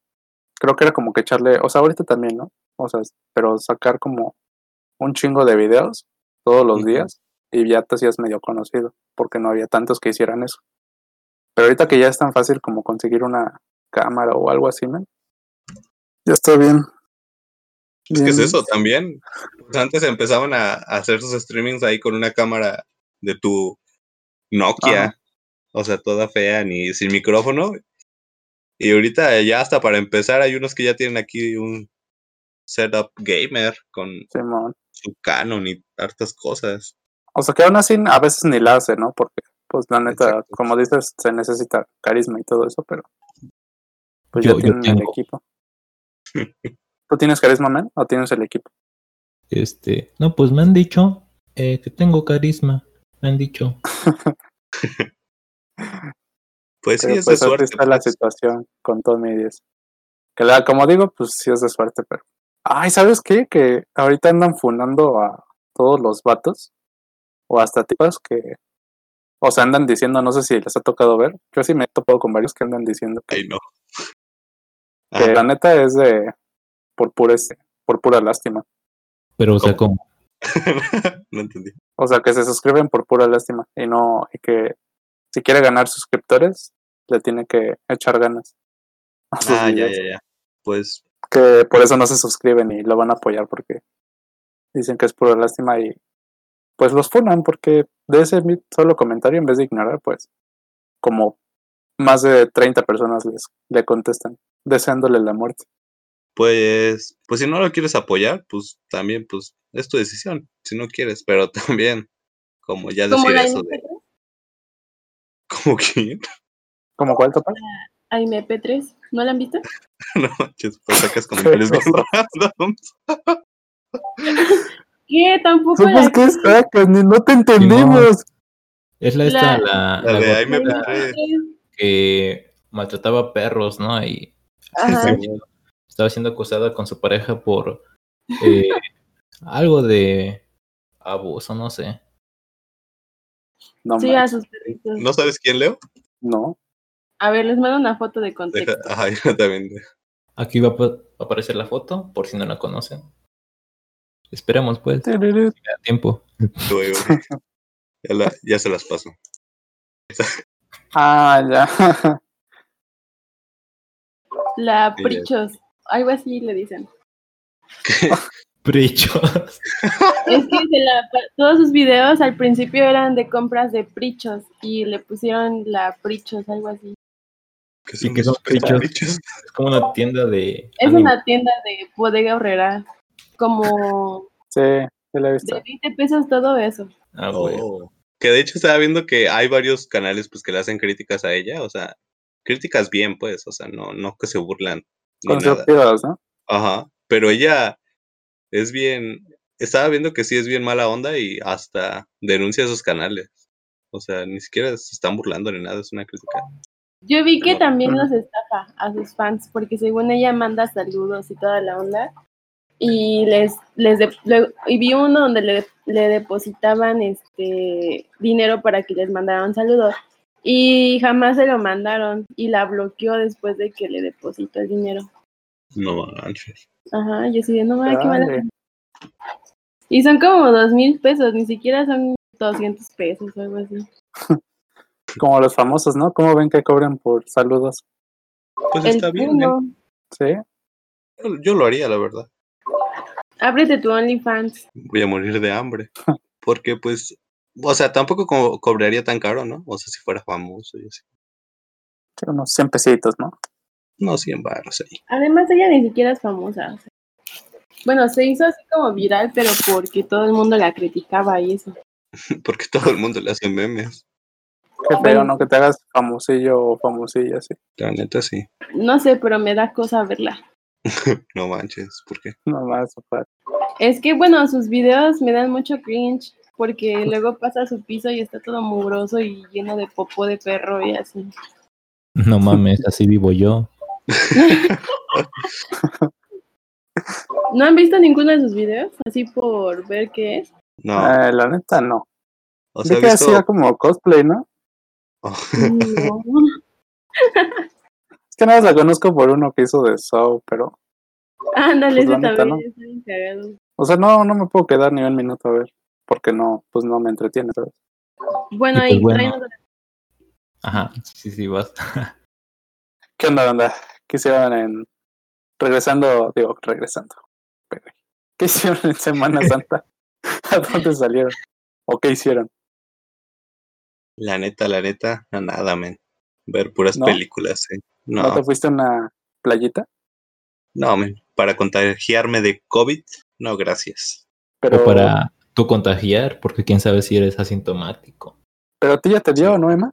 [SPEAKER 2] creo que era como que echarle, o sea, ahorita también, ¿no? O sea, pero sacar como un chingo de videos todos los
[SPEAKER 1] Ujú.
[SPEAKER 2] días y ya te hacías medio conocido porque no había tantos que hicieran eso. Pero ahorita que ya es tan fácil como conseguir una cámara o algo así, ¿no? Ya está bien.
[SPEAKER 1] es que es
[SPEAKER 2] bien-
[SPEAKER 1] eso también. Pues antes empezaban a, a hacer sus streamings ahí con una cámara de tu Nokia,
[SPEAKER 2] Ajá.
[SPEAKER 1] o sea, toda fea, ni sin micrófono. Y ahorita ya hasta para empezar hay unos que ya tienen aquí un setup gamer con
[SPEAKER 2] Simón.
[SPEAKER 1] su canon y hartas cosas.
[SPEAKER 2] O sea, que aún así a veces ni la hace, ¿no? Porque, pues, la neta,
[SPEAKER 1] Exacto.
[SPEAKER 2] como dices, se necesita carisma y todo eso, pero... Pues
[SPEAKER 3] Yo-
[SPEAKER 2] ya
[SPEAKER 3] yo
[SPEAKER 2] tienen el
[SPEAKER 3] tengo.
[SPEAKER 2] equipo. ¿Tú tienes carisma, man? ¿O tienes el equipo?
[SPEAKER 3] Este. No, pues me han dicho eh, que tengo carisma. Me han dicho.
[SPEAKER 1] Pues sí,
[SPEAKER 2] Pero
[SPEAKER 1] es
[SPEAKER 2] pues
[SPEAKER 1] de
[SPEAKER 2] así
[SPEAKER 1] suerte.
[SPEAKER 2] está la
[SPEAKER 1] pues.
[SPEAKER 2] situación con Tommy 10. Que la, como digo, pues sí es de suerte, pero... Ay, ¿sabes qué? Que ahorita andan funando a todos los vatos. O hasta tipas que O sea, andan diciendo, no sé si les ha tocado ver. Yo sí me he topado con varios que andan diciendo que,
[SPEAKER 1] Ay, no. Ah,
[SPEAKER 2] que
[SPEAKER 1] Ajá.
[SPEAKER 2] la neta es de por pura, este- por pura lástima.
[SPEAKER 3] Pero, o sea, como.
[SPEAKER 1] no entendí.
[SPEAKER 2] O sea, que se suscriben por pura lástima y no, y que si quiere ganar suscriptores, le tiene que echar ganas. a sus
[SPEAKER 1] Ah, ya,
[SPEAKER 2] videos.
[SPEAKER 1] ya, ya. Pues,
[SPEAKER 2] Que por eso no se suscriben y lo van a apoyar porque dicen que es pura lástima y pues los funan porque de ese mi- solo comentario en vez de ignorar, pues como más de 30 personas les le contestan deseándole la muerte.
[SPEAKER 1] pues, pues si no lo quieres apoyar, pues también, pues es tu decisión, si no quieres, pero también, como ya
[SPEAKER 4] Como
[SPEAKER 1] decir
[SPEAKER 4] la
[SPEAKER 1] eso de,
[SPEAKER 4] MP3,
[SPEAKER 1] ¿cómo que?
[SPEAKER 2] ¿Cómo cuál topa?
[SPEAKER 4] a MP3, ¿no la han visto?
[SPEAKER 1] No manches, pues sacas comentarios bien randoms.
[SPEAKER 4] ¿Qué? Tampoco la
[SPEAKER 2] Somos pues, que sacas, ni- no te entendemos.
[SPEAKER 3] Es la esta, la,
[SPEAKER 1] La
[SPEAKER 3] la
[SPEAKER 1] de ahí
[SPEAKER 4] la
[SPEAKER 1] me
[SPEAKER 3] gordita
[SPEAKER 1] pondré.
[SPEAKER 4] MP3.
[SPEAKER 3] que maltrataba perros, ¿no? Y
[SPEAKER 4] Ajá.
[SPEAKER 1] Sí.
[SPEAKER 3] estaba siendo acosada con su pareja por eh, algo de abuso, no sé.
[SPEAKER 2] No,
[SPEAKER 4] Sí,
[SPEAKER 2] man,
[SPEAKER 4] a sus perritos.
[SPEAKER 1] ¿No sabes quién leo?
[SPEAKER 2] no.
[SPEAKER 4] A ver, les mando una foto de
[SPEAKER 1] Deja,
[SPEAKER 4] contexto.
[SPEAKER 1] ajá, yo también.
[SPEAKER 3] Aquí va a pa- a aparecer la foto, por si no la conocen. Esperemos, pues, que
[SPEAKER 2] Tururú.
[SPEAKER 3] tenga tiempo.
[SPEAKER 1] Tú, yo, ya, la- ya se las paso.
[SPEAKER 2] Ah, ya.
[SPEAKER 4] La
[SPEAKER 1] ah, Sí, ya.
[SPEAKER 4] Prichos, algo así le dicen.
[SPEAKER 3] Prichos.
[SPEAKER 4] Es que se la- todos sus videos al principio eran de compras de Prichos y le pusieron la Prichos, algo así.
[SPEAKER 1] Que
[SPEAKER 3] que son
[SPEAKER 1] unos
[SPEAKER 3] pichos.
[SPEAKER 1] pichos.
[SPEAKER 3] Es como una tienda de.
[SPEAKER 1] Ah,
[SPEAKER 4] Es
[SPEAKER 3] anime.
[SPEAKER 4] una tienda de bodega horrera, como
[SPEAKER 2] Sí, sí la he visto.
[SPEAKER 4] de 20 pesos todo eso.
[SPEAKER 3] Ah, güey.
[SPEAKER 1] Oh. Que de hecho estaba viendo que hay varios canales pues que le hacen críticas a ella, o sea, críticas bien, pues, o sea, no, no que se burlan ni nada.
[SPEAKER 2] Constructivas, ¿no?
[SPEAKER 1] Ajá. Pero ella es bien, estaba viendo que sí es bien mala onda y hasta denuncia esos canales. O sea, ni siquiera se están burlando ni nada, es una crítica.
[SPEAKER 4] Yo vi que
[SPEAKER 1] Pero-
[SPEAKER 4] también
[SPEAKER 2] Ajá.
[SPEAKER 4] los estafa a sus fans, porque según ella manda saludos y toda la onda. Y les, les de- le- y vi uno donde le, le depositaban este dinero para que les mandaran saludos. Y jamás se lo mandaron. Y la bloqueó después de que le depositó el dinero.
[SPEAKER 1] No manches.
[SPEAKER 4] Ajá, yo sí de no mames, qué mala.
[SPEAKER 2] Dale.
[SPEAKER 4] Y son como dos mil pesos, ni siquiera son 200 pesos o algo así.
[SPEAKER 2] Como los famosos, ¿no? ¿Cómo ven que cobran por saludos?
[SPEAKER 1] Pues
[SPEAKER 4] El
[SPEAKER 1] está bien,
[SPEAKER 4] uno,
[SPEAKER 2] Sí.
[SPEAKER 1] ¿eh? Yo, yo lo haría, la verdad.
[SPEAKER 4] ábrete tu OnlyFans.
[SPEAKER 1] Voy a morir de hambre. Porque pues, o sea, tampoco co- cobraría tan caro, ¿no? O sea, si fuera famoso y así.
[SPEAKER 2] que Unos 100 pesitos, ¿no?
[SPEAKER 1] No, 100 baros ahí.
[SPEAKER 4] Además, ella ni siquiera es famosa. o sea. Bueno, se hizo así como viral, pero porque todo el mundo la criticaba y eso.
[SPEAKER 1] Porque todo el mundo le hace memes.
[SPEAKER 2] Qué feo,
[SPEAKER 4] Bueno.
[SPEAKER 2] ¿no? Que te hagas famosillo o famosilla, sí.
[SPEAKER 1] La neta sí.
[SPEAKER 4] No sé, pero me da cosa verla.
[SPEAKER 1] No manches, ¿por qué?
[SPEAKER 2] Nomás, para
[SPEAKER 4] Es que, bueno, sus videos me dan mucho cringe porque luego pasa a su piso y está todo mugroso y lleno de popó de perro y así.
[SPEAKER 3] No mames, así vivo yo.
[SPEAKER 4] ¿No han visto ninguno de sus videos? Así por ver qué es.
[SPEAKER 1] No,
[SPEAKER 2] Eh, la neta, no.
[SPEAKER 1] o
[SPEAKER 2] Vi
[SPEAKER 1] sea, he
[SPEAKER 2] que
[SPEAKER 1] visto...
[SPEAKER 2] hacía como cosplay, ¿no?
[SPEAKER 4] No.
[SPEAKER 2] Es que nada más la conozco por uno que hizo de Saw, pero...
[SPEAKER 4] Ándale,
[SPEAKER 2] Pues la
[SPEAKER 4] ese
[SPEAKER 2] neta,
[SPEAKER 4] también
[SPEAKER 2] no.
[SPEAKER 4] está bien cagado.
[SPEAKER 2] O sea, no, no me puedo quedar ni un minuto a ver. Porque no, pues no me entretiene, ¿sabes?
[SPEAKER 4] Bueno,
[SPEAKER 3] Y
[SPEAKER 4] ahí
[SPEAKER 3] pues bueno.
[SPEAKER 4] traen otra-
[SPEAKER 3] Ajá, sí, sí, basta.
[SPEAKER 2] ¿Qué onda, onda? ¿Qué hicieron en... Regresando, digo, regresando. Pero, ¿Qué hicieron en Semana Santa? ¿A dónde salieron? ¿O qué hicieron?
[SPEAKER 1] La neta, la neta, a nada, men. Ver puras
[SPEAKER 2] ¿No?
[SPEAKER 1] películas, eh.
[SPEAKER 2] ¿No,
[SPEAKER 1] No,
[SPEAKER 2] te fuiste a una playita?
[SPEAKER 1] no, men. Para contagiarme de COVID, no, gracias.
[SPEAKER 2] Pero,
[SPEAKER 3] O para tú contagiar, porque quién sabe si eres asintomático.
[SPEAKER 2] pero a ti ya te dio, ¿no, Emma?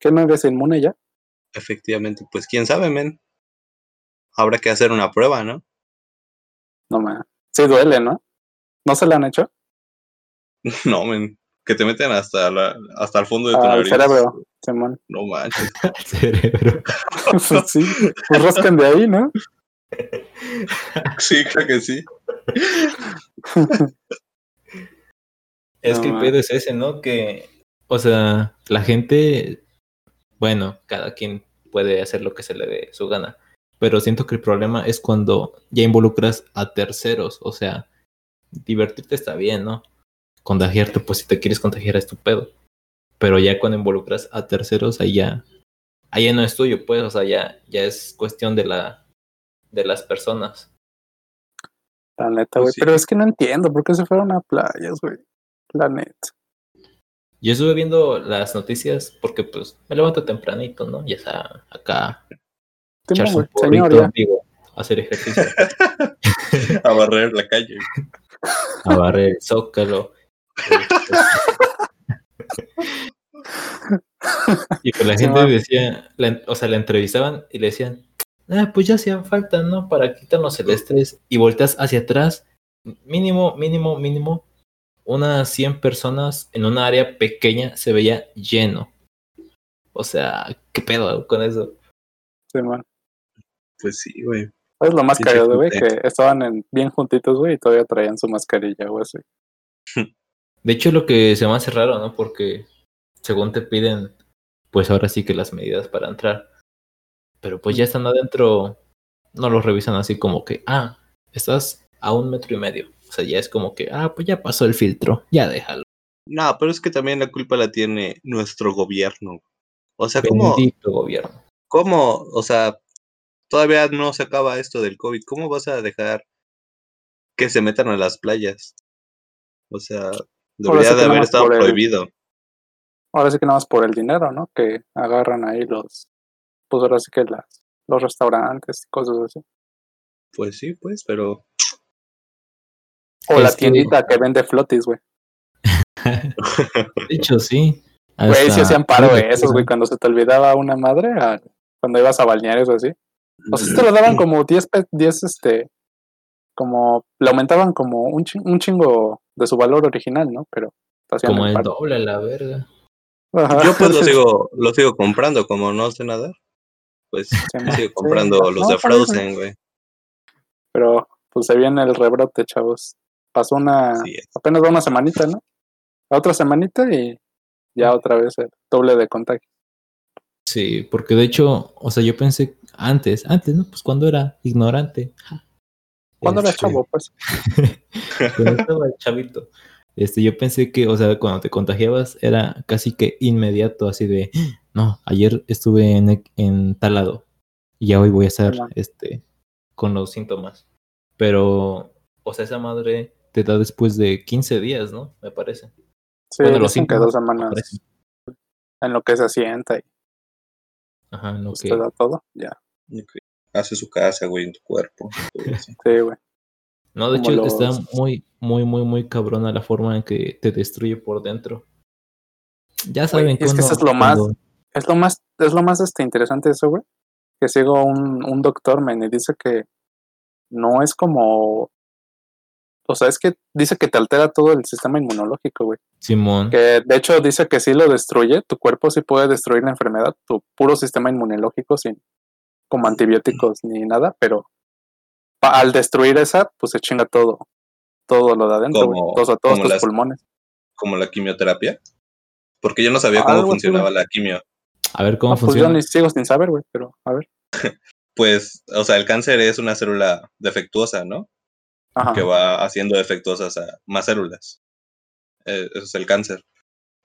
[SPEAKER 2] ¿Que no eres inmune ya?
[SPEAKER 1] Efectivamente, pues quién sabe, men. Habrá que hacer una prueba, ¿no?
[SPEAKER 2] No, ma. Sí duele, ¿no? ¿No se la han hecho?
[SPEAKER 1] No, men. Que te meten hasta, la, hasta el fondo de tu
[SPEAKER 2] Al
[SPEAKER 1] nariz.
[SPEAKER 2] cerebro, Simón.
[SPEAKER 1] No manches.
[SPEAKER 3] El cerebro.
[SPEAKER 2] Pues sí, pues rascan de ahí, ¿no?
[SPEAKER 1] Sí, creo que sí.
[SPEAKER 3] Es
[SPEAKER 2] No,
[SPEAKER 3] que el
[SPEAKER 2] ma.
[SPEAKER 3] pedo es ese, ¿no? Que o sea, la gente, bueno, cada quien puede hacer lo que se le dé su gana, pero siento que el problema es cuando ya involucras a terceros, o sea, divertirte está bien, ¿no? Contagiarte, pues si te quieres contagiar es tu pedo, pero ya cuando involucras a terceros, ahí ya, ahí ya no es tuyo, pues, o sea, ya, ya es cuestión de la, de las personas.
[SPEAKER 2] La neta, güey.
[SPEAKER 1] Pues Sí.
[SPEAKER 2] Pero es que no entiendo por qué se fueron a playas, güey. La neta.
[SPEAKER 3] Yo estuve viendo las noticias porque pues me levanto tempranito, ¿no? Ya está acá
[SPEAKER 2] Tiempo,
[SPEAKER 3] echarse un
[SPEAKER 2] güey. Señor,
[SPEAKER 3] porrito,
[SPEAKER 2] ya.
[SPEAKER 3] digo, hacer ejercicio,
[SPEAKER 1] a barrer la calle.
[SPEAKER 3] a barrer el zócalo. y pues la
[SPEAKER 2] Sí,
[SPEAKER 3] gente
[SPEAKER 2] va.
[SPEAKER 3] decía, la en- o sea, la entrevistaban y le decían, ah, pues ya hacían falta, ¿no? Para quitarnos el estrés. Y volteas hacia atrás, mínimo, mínimo, mínimo, unas 100 personas en un área pequeña se veía lleno. O sea, ¿qué pedo con eso?
[SPEAKER 2] Simón.
[SPEAKER 1] Pues sí, güey.
[SPEAKER 2] Es lo más
[SPEAKER 1] Pinche
[SPEAKER 2] cagado, güey, que
[SPEAKER 1] gente.
[SPEAKER 2] estaban en- bien juntitos, güey, y todavía traían su mascarilla, güey, así.
[SPEAKER 3] De hecho, lo que se me hace raro, ¿no? Porque según te piden, pues ahora sí que las medidas para entrar. Pero pues ya están adentro, no los revisan así como que, ah, estás a un metro y medio. O sea, ya es como que, ah, pues ya pasó el filtro, ya déjalo.
[SPEAKER 1] No, pero es que también la culpa la tiene nuestro gobierno. O sea, ¿cómo,
[SPEAKER 3] Bendito gobierno.
[SPEAKER 1] ¿cómo? O sea, todavía no se acaba esto del COVID. ¿Cómo vas a dejar que se metan a las playas? O sea, debería
[SPEAKER 2] sí que
[SPEAKER 1] de
[SPEAKER 2] nada
[SPEAKER 1] haber
[SPEAKER 2] más
[SPEAKER 1] estado
[SPEAKER 2] por el-
[SPEAKER 1] prohibido.
[SPEAKER 2] Ahora sí que nada más por el dinero, ¿no? Que agarran ahí los, pues ahora sí que las, los restaurantes y cosas así.
[SPEAKER 1] Pues sí, pues, pero
[SPEAKER 2] O
[SPEAKER 3] Es
[SPEAKER 2] la
[SPEAKER 3] que-
[SPEAKER 2] tiendita que vende flotis, güey.
[SPEAKER 3] De hecho, sí.
[SPEAKER 2] Güey, si
[SPEAKER 3] Hasta-
[SPEAKER 2] hacían paro de esos, güey, cuando se te olvidaba una madre, a- cuando ibas a balnearios o así. O sea, te lo daban como 10, pe- 10 este, como, le aumentaban como un, chi- un chingo de su valor original, ¿no? Pero te hacían
[SPEAKER 3] Como
[SPEAKER 2] el
[SPEAKER 3] el
[SPEAKER 2] paro.
[SPEAKER 3] doble, la verga.
[SPEAKER 2] Ajá.
[SPEAKER 1] yo pues lo sigo, lo sigo comprando, como no sé nadar, pues
[SPEAKER 2] Sí,
[SPEAKER 1] sigo
[SPEAKER 2] sí.
[SPEAKER 1] comprando los
[SPEAKER 2] No,
[SPEAKER 1] de
[SPEAKER 2] está bien,
[SPEAKER 1] Frozen, güey.
[SPEAKER 2] Pero, pues se viene el rebrote, chavos. Pasó una,
[SPEAKER 1] Así es.
[SPEAKER 2] apenas va una semanita, ¿no? La otra semanita y ya otra vez el doble de contagio.
[SPEAKER 3] Sí, porque de hecho, o sea, yo pensé antes, antes, ¿no? Pues cuando era ignorante.
[SPEAKER 2] ¿Cuándo era
[SPEAKER 3] Este,
[SPEAKER 2] chavo, pues?
[SPEAKER 3] cuando estaba chavito. Este, yo pensé que, o sea, cuando te contagiabas era casi que inmediato, así de, "Ah, no, ayer estuve en, e- en tal lado y ya hoy voy a estar
[SPEAKER 2] Ajá.
[SPEAKER 3] este, con los síntomas. Pero, o sea, esa madre te da después de 15 días, ¿no? Me parece.
[SPEAKER 2] Sí,
[SPEAKER 3] bueno, los
[SPEAKER 2] dicen que
[SPEAKER 3] síntomas,
[SPEAKER 2] dos
[SPEAKER 3] Me
[SPEAKER 2] semanas
[SPEAKER 3] parece.
[SPEAKER 2] en lo que se asienta y
[SPEAKER 3] Ajá, en lo
[SPEAKER 2] pues, te
[SPEAKER 3] que-
[SPEAKER 2] da todo. Ya,
[SPEAKER 1] Ok. Hace su casa, güey, en tu cuerpo. todo eso.
[SPEAKER 2] sí, güey.
[SPEAKER 3] No, de
[SPEAKER 2] como
[SPEAKER 3] hecho, está
[SPEAKER 2] los-
[SPEAKER 3] muy, muy, muy, muy cabrona la forma en que te destruye por dentro. Ya saben
[SPEAKER 2] es que eso es lo más- Es lo más, es lo más este, interesante eso, güey. Que sigo un, un doctor, men, y dice que no es como. O sea, es que dice que te altera todo el sistema inmunológico, güey.
[SPEAKER 3] Simón.
[SPEAKER 2] Que de hecho dice que sí lo destruye, tu cuerpo sí puede destruir la enfermedad, tu puro sistema inmunológico sin como antibióticos ni nada, pero pa- al destruir esa, pues se chinga todo, todo lo de adentro, güey.
[SPEAKER 1] Como-
[SPEAKER 2] O sea, todos
[SPEAKER 1] como
[SPEAKER 2] tus
[SPEAKER 1] las-
[SPEAKER 2] pulmones.
[SPEAKER 1] Como la quimioterapia. Porque yo no sabía cómo
[SPEAKER 2] Ah, Algo así, güey.
[SPEAKER 1] funcionaba la quimio.
[SPEAKER 3] A ver cómo
[SPEAKER 2] Ah, pues yo
[SPEAKER 3] funciona.
[SPEAKER 2] ni sigo sin saber, güey, pero a ver.
[SPEAKER 1] Pues, o sea, el cáncer es una célula defectuosa, ¿no?
[SPEAKER 2] Ajá.
[SPEAKER 1] que va haciendo defectuosas a más células. Eh, eso es el cáncer.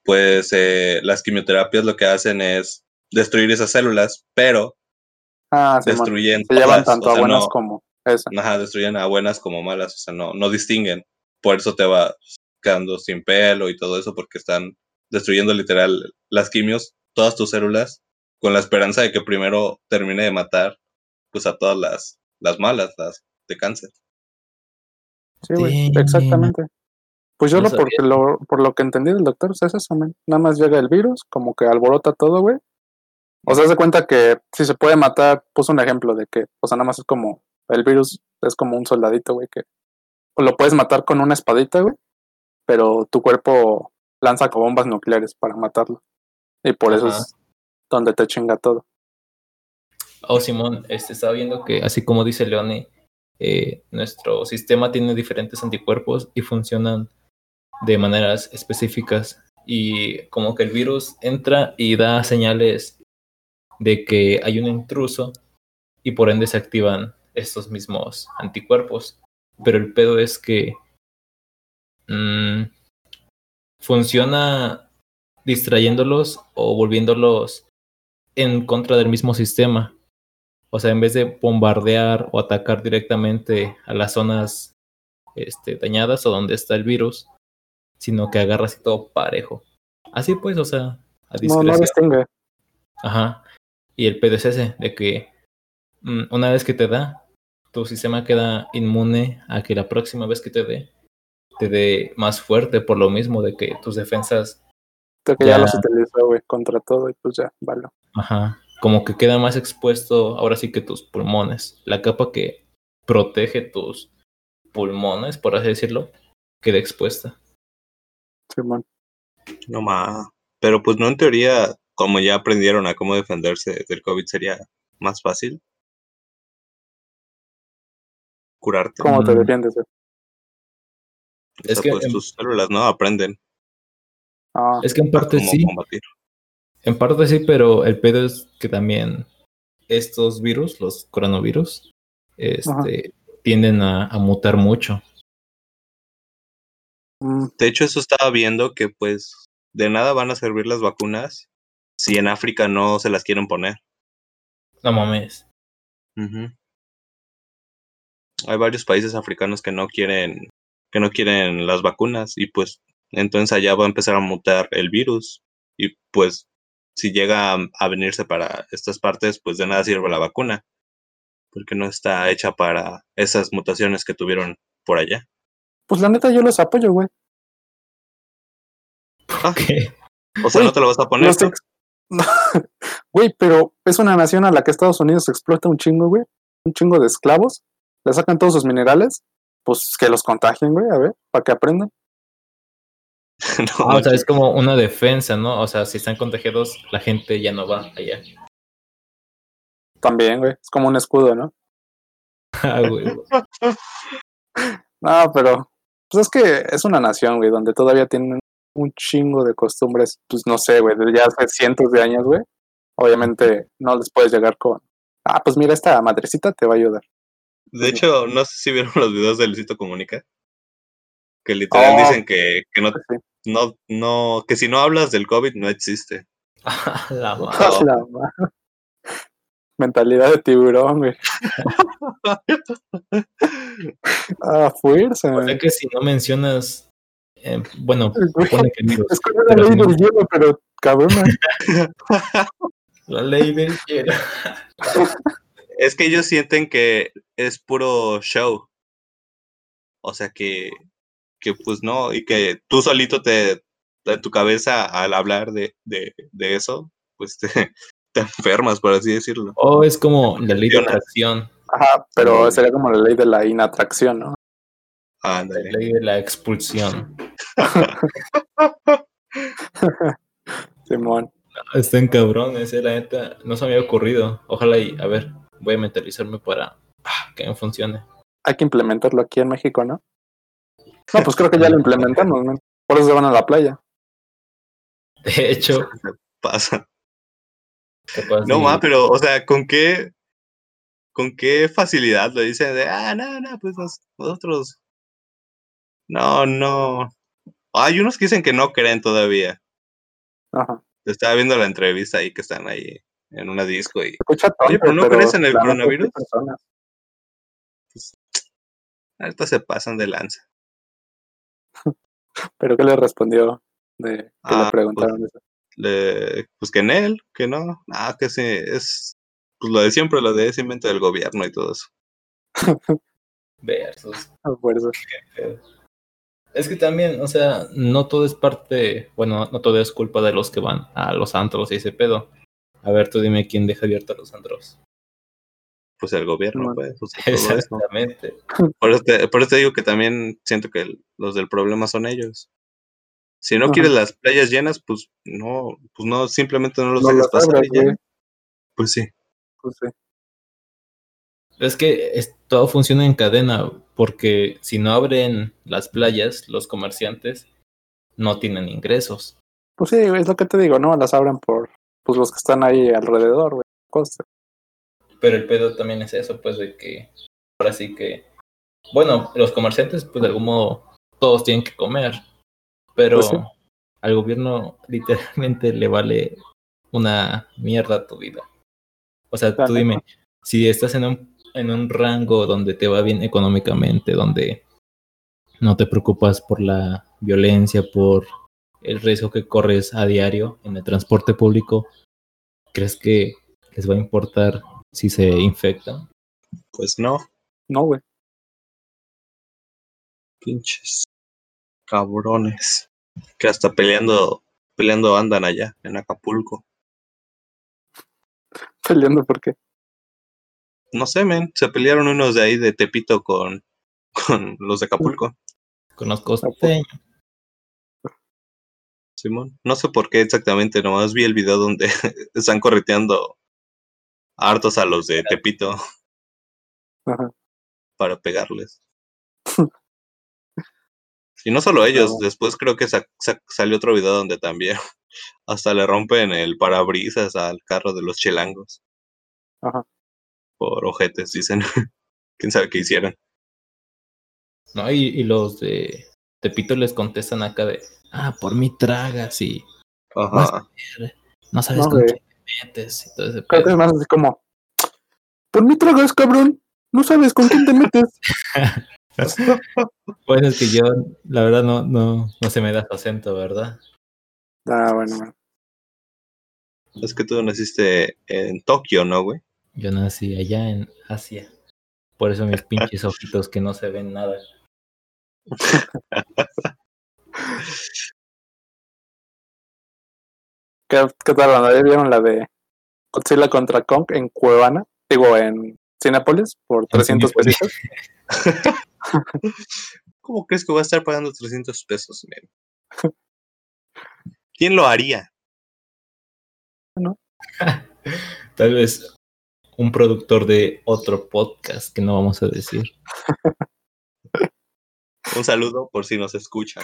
[SPEAKER 1] Pues eh, las quimioterapias lo que hacen es destruir esas células, pero
[SPEAKER 2] Ah, sí, man.
[SPEAKER 1] destruyen
[SPEAKER 2] Se llevan
[SPEAKER 1] todas,
[SPEAKER 2] tanto
[SPEAKER 1] o
[SPEAKER 2] a
[SPEAKER 1] sea,
[SPEAKER 2] buenas
[SPEAKER 1] no-
[SPEAKER 2] como esa.
[SPEAKER 1] ajá, destruyen a buenas como malas, o sea, no, no distinguen. Por eso te va quedando sin pelo y todo eso, porque están destruyendo literal las quimios, todas tus células, con la esperanza de que primero termine de matar pues a todas las, las malas, las de cáncer.
[SPEAKER 2] Sí, güey,
[SPEAKER 3] Damn.
[SPEAKER 2] exactamente. Pues yo
[SPEAKER 3] No
[SPEAKER 2] lo,
[SPEAKER 3] sabía.
[SPEAKER 2] por, lo, por lo que entendí del doctor, pues es eso, men. Nada más llega el virus, como que alborota todo, güey. O sea, se cuenta que si se puede matar, puso un ejemplo de que, o sea, nada más es como, el virus es como un soldadito, güey, que lo puedes matar con una espadita, güey, pero tu cuerpo lanza como bombas nucleares para matarlo. Y por eso
[SPEAKER 3] Ajá.
[SPEAKER 2] es donde te chinga todo.
[SPEAKER 3] Oh, Simón, este, estaba viendo que, así como dice Leone, eh, nuestro sistema tiene diferentes anticuerpos y funcionan de maneras específicas. y como que el virus entra y da señales de que hay un intruso y por ende se activan estos mismos anticuerpos. Pero el pedo es que mm, funciona distrayéndolos o volviéndolos en contra del mismo sistema. O sea, en vez de bombardear o atacar directamente a las zonas este, dañadas o donde está el virus, sino que agarra así todo parejo. Así pues, o sea, a
[SPEAKER 2] No, no distingue.
[SPEAKER 3] Ajá. Y el pedo es ese, de que mm, una vez que te da, tu sistema queda inmune a que la próxima vez que te dé, te dé más fuerte por lo mismo de que tus defensas,
[SPEAKER 2] Creo que ya,
[SPEAKER 3] Ya.
[SPEAKER 2] los utilizó, güey, contra todo y pues ya, vale.
[SPEAKER 3] ajá, como que queda más expuesto ahora sí que tus pulmones. La capa que protege tus pulmones, por así decirlo, queda expuesta.
[SPEAKER 2] Simón.
[SPEAKER 1] No más. Pero pues no en teoría, como ya aprendieron a cómo defenderse del COVID, sería más fácil curarte.
[SPEAKER 2] ¿Cómo te
[SPEAKER 3] Mm.
[SPEAKER 2] defiendes, güey?
[SPEAKER 1] O
[SPEAKER 3] Es
[SPEAKER 1] sea,
[SPEAKER 3] que,
[SPEAKER 1] pues
[SPEAKER 3] en-
[SPEAKER 1] tus células no aprenden
[SPEAKER 2] Ah,
[SPEAKER 3] es que en
[SPEAKER 1] a
[SPEAKER 3] parte
[SPEAKER 1] cómo
[SPEAKER 3] sí,
[SPEAKER 1] combatir.
[SPEAKER 3] En parte sí, pero el pedo es que también estos virus, los coronavirus,
[SPEAKER 2] Ajá.
[SPEAKER 3] este, tienden a, a mutar mucho.
[SPEAKER 2] mm,
[SPEAKER 1] De hecho, eso estaba viendo que pues de nada van a servir las vacunas si en África no se las quieren poner.
[SPEAKER 3] No mames.
[SPEAKER 1] Ujú. Hay varios países africanos que no quieren, que no quieren las vacunas y pues entonces allá va a empezar a mutar el virus y pues si llega a, a venirse para estas partes pues de nada sirve la vacuna porque no está hecha para esas mutaciones que tuvieron por allá.
[SPEAKER 2] Pues la neta, yo los apoyo, güey.
[SPEAKER 3] ¿Qué?
[SPEAKER 1] O sea,
[SPEAKER 2] Güey,
[SPEAKER 1] no te lo vas a poner.
[SPEAKER 2] No estoy- Güey, pero es una nación a la que Estados Unidos explota un chingo, güey. Un chingo de esclavos. Le sacan todos sus minerales. Pues que los contagien, güey, a ver, para que aprendan.
[SPEAKER 1] No,
[SPEAKER 3] Ah, o sea, es como una defensa, ¿no? O sea, si están contagiados, la gente ya no va allá.
[SPEAKER 2] También, güey. Es como un escudo, ¿no?
[SPEAKER 3] Ah, güey.
[SPEAKER 2] No, pero. Pues es que es una nación, güey, donde todavía tienen un chingo de costumbres. Pues no sé, güey, de ya hace cientos de años, güey. Obviamente no les puedes llegar con. Ah, pues mira, esta madrecita te va a ayudar.
[SPEAKER 1] de hecho, no sé si vieron los videos de Luisito Comunica que literal
[SPEAKER 2] Oh.
[SPEAKER 1] dicen que, que no,
[SPEAKER 2] Pues sí.
[SPEAKER 1] no, no, que si no hablas del COVID no existe.
[SPEAKER 3] Ah, la madre.
[SPEAKER 1] Ah,
[SPEAKER 2] La ma- Mentalidad de tiburón, güey. Ah, fuerza,
[SPEAKER 3] O sea
[SPEAKER 2] güey.
[SPEAKER 3] que si no mencionas, eh, bueno,
[SPEAKER 2] Güey,
[SPEAKER 3] pone que virus.
[SPEAKER 2] Es como una
[SPEAKER 3] pero
[SPEAKER 2] ley
[SPEAKER 3] no.
[SPEAKER 2] del hielo, pero cabrón, güey.
[SPEAKER 3] La ley del hielo.
[SPEAKER 1] Es que ellos sienten que es puro show. O sea que, que pues no, y que tú solito te, de tu cabeza al hablar de, de, de eso, pues te, te enfermas, por así decirlo.
[SPEAKER 3] O es como la ley de
[SPEAKER 1] Funciona.
[SPEAKER 3] atracción,
[SPEAKER 2] Ajá, pero sería como la ley de la inatracción, ¿no?
[SPEAKER 3] la
[SPEAKER 1] Ándale.
[SPEAKER 3] ley de la expulsión.
[SPEAKER 2] Simón.
[SPEAKER 3] Están cabrones, eh, la neta. No se me había ocurrido. Ojalá y, a ver, voy a mentalizarme para ah, que me funcione.
[SPEAKER 2] Hay que implementarlo aquí en México, ¿no? No, pues creo que ya lo implementamos, man. Por eso se van a la playa.
[SPEAKER 3] De hecho,
[SPEAKER 1] Pasa.
[SPEAKER 3] capaz
[SPEAKER 1] No
[SPEAKER 3] y-
[SPEAKER 1] más, pero, o sea, ¿con qué, con qué facilidad lo dicen de, ah, no, no, pues nos- nosotros. No, no. Hay unos que dicen que no creen todavía.
[SPEAKER 2] Ajá.
[SPEAKER 1] Estaba viendo la entrevista ahí que están ahí en una disco y
[SPEAKER 2] Se Escucha tonto,
[SPEAKER 1] Oye, pero ¿no crees en el
[SPEAKER 2] la neta,
[SPEAKER 1] coronavirus?
[SPEAKER 2] sí, personas.
[SPEAKER 1] ahorita "Ah, se pasan de lanza.
[SPEAKER 2] Pero ¿qué le respondió de que
[SPEAKER 1] Ah,
[SPEAKER 2] le preguntaron eso?
[SPEAKER 1] Le- pues que en él, que no, ah, que sí, es pues lo de siempre, lo de ese invento del gobierno y todo eso.
[SPEAKER 3] Versus.
[SPEAKER 2] Ah, por eso.
[SPEAKER 1] Pues
[SPEAKER 3] Es que también, o sea, no todo es parte, bueno, no todo es culpa de los que van a los antros y ese pedo. A ver, tú dime quién deja abierto los antros.
[SPEAKER 1] Pues el gobierno,
[SPEAKER 2] Bueno.
[SPEAKER 1] pues, pues, todo eso.
[SPEAKER 3] Exactamente.
[SPEAKER 1] Por eso, te, por eso te digo que también siento que el- los del problema son ellos. Si no
[SPEAKER 2] Ajá.
[SPEAKER 1] quieres las playas llenas, pues no, pues no, simplemente no los
[SPEAKER 2] No
[SPEAKER 1] dejes
[SPEAKER 2] las
[SPEAKER 1] pasar.
[SPEAKER 2] abras,
[SPEAKER 1] y ya.
[SPEAKER 2] güey.
[SPEAKER 1] Pues sí.
[SPEAKER 2] Pues sí.
[SPEAKER 3] Es que es- todo funciona en cadena, porque si no abren las playas, los comerciantes no tienen ingresos.
[SPEAKER 2] Pues sí, güey, es lo que te digo, ¿no? Las abren por pues los que están ahí alrededor, güey. Cosa.
[SPEAKER 3] Pero el pedo también es eso, pues, de que ahora sí que. Bueno, los comerciantes, pues de algún modo, todos tienen que comer. Pero
[SPEAKER 2] Pues sí.
[SPEAKER 3] al gobierno literalmente le vale una mierda tu vida. O sea,
[SPEAKER 2] La
[SPEAKER 3] tú dime, si estás en un, en un rango donde te va bien económicamente, donde no te preocupas por la violencia, por el riesgo que corres a diario en el transporte público, ¿crees que les va a importar si se infectan?
[SPEAKER 1] Pues no,
[SPEAKER 2] No, güey.
[SPEAKER 1] pinches cabrones. Que hasta peleando, peleando andan allá, en Acapulco.
[SPEAKER 2] Peleando porque.
[SPEAKER 1] No sé, men, se pelearon unos de ahí de Tepito con, con los de Acapulco.
[SPEAKER 3] Conozco
[SPEAKER 2] pues.
[SPEAKER 3] costeños.
[SPEAKER 1] Simón. No sé por qué exactamente, nomás vi el video donde están correteando hartos a los de Tepito
[SPEAKER 2] Ajá.
[SPEAKER 1] para pegarles. Y no solo ellos, después creo que sa- sa- salió otro video donde también hasta le rompen el parabrisas al carro de los chilangos.
[SPEAKER 2] Ajá.
[SPEAKER 1] Por ojetes, dicen. ¿Quién sabe qué hicieron?
[SPEAKER 3] ¿no? Y, y los de Tepito les contestan acá de, ah, por mí tragas y
[SPEAKER 1] Ajá.
[SPEAKER 3] no sabes
[SPEAKER 2] No,
[SPEAKER 3] con
[SPEAKER 2] güey.
[SPEAKER 3] quién te metes y todo ese
[SPEAKER 2] Creo que es
[SPEAKER 3] pedo.
[SPEAKER 2] más así como. "Pues, Por mí tragas, cabrón. No sabes con quién te metes.
[SPEAKER 3] Pues es que yo, la verdad, no, no, no se me da su acento, ¿verdad?
[SPEAKER 2] Ah, bueno, bueno.
[SPEAKER 1] Es que tú naciste en Tokio, ¿no, güey?
[SPEAKER 3] Yo nací allá en Asia. Por eso mis pinches ojitos que no se ven nada.
[SPEAKER 2] ¿Qué, qué tal, banda? ¿Ya vieron la de Godzilla contra Kong en Cuevana? Digo, en Cinépolis por 300
[SPEAKER 3] Cinépolis.
[SPEAKER 2] pesitos.
[SPEAKER 1] ¿Cómo crees que voy a estar pagando 300 pesos? men? ¿Quién lo haría?
[SPEAKER 3] Tal vez un productor de otro podcast que no vamos a decir.
[SPEAKER 1] Un saludo por si nos escuchan.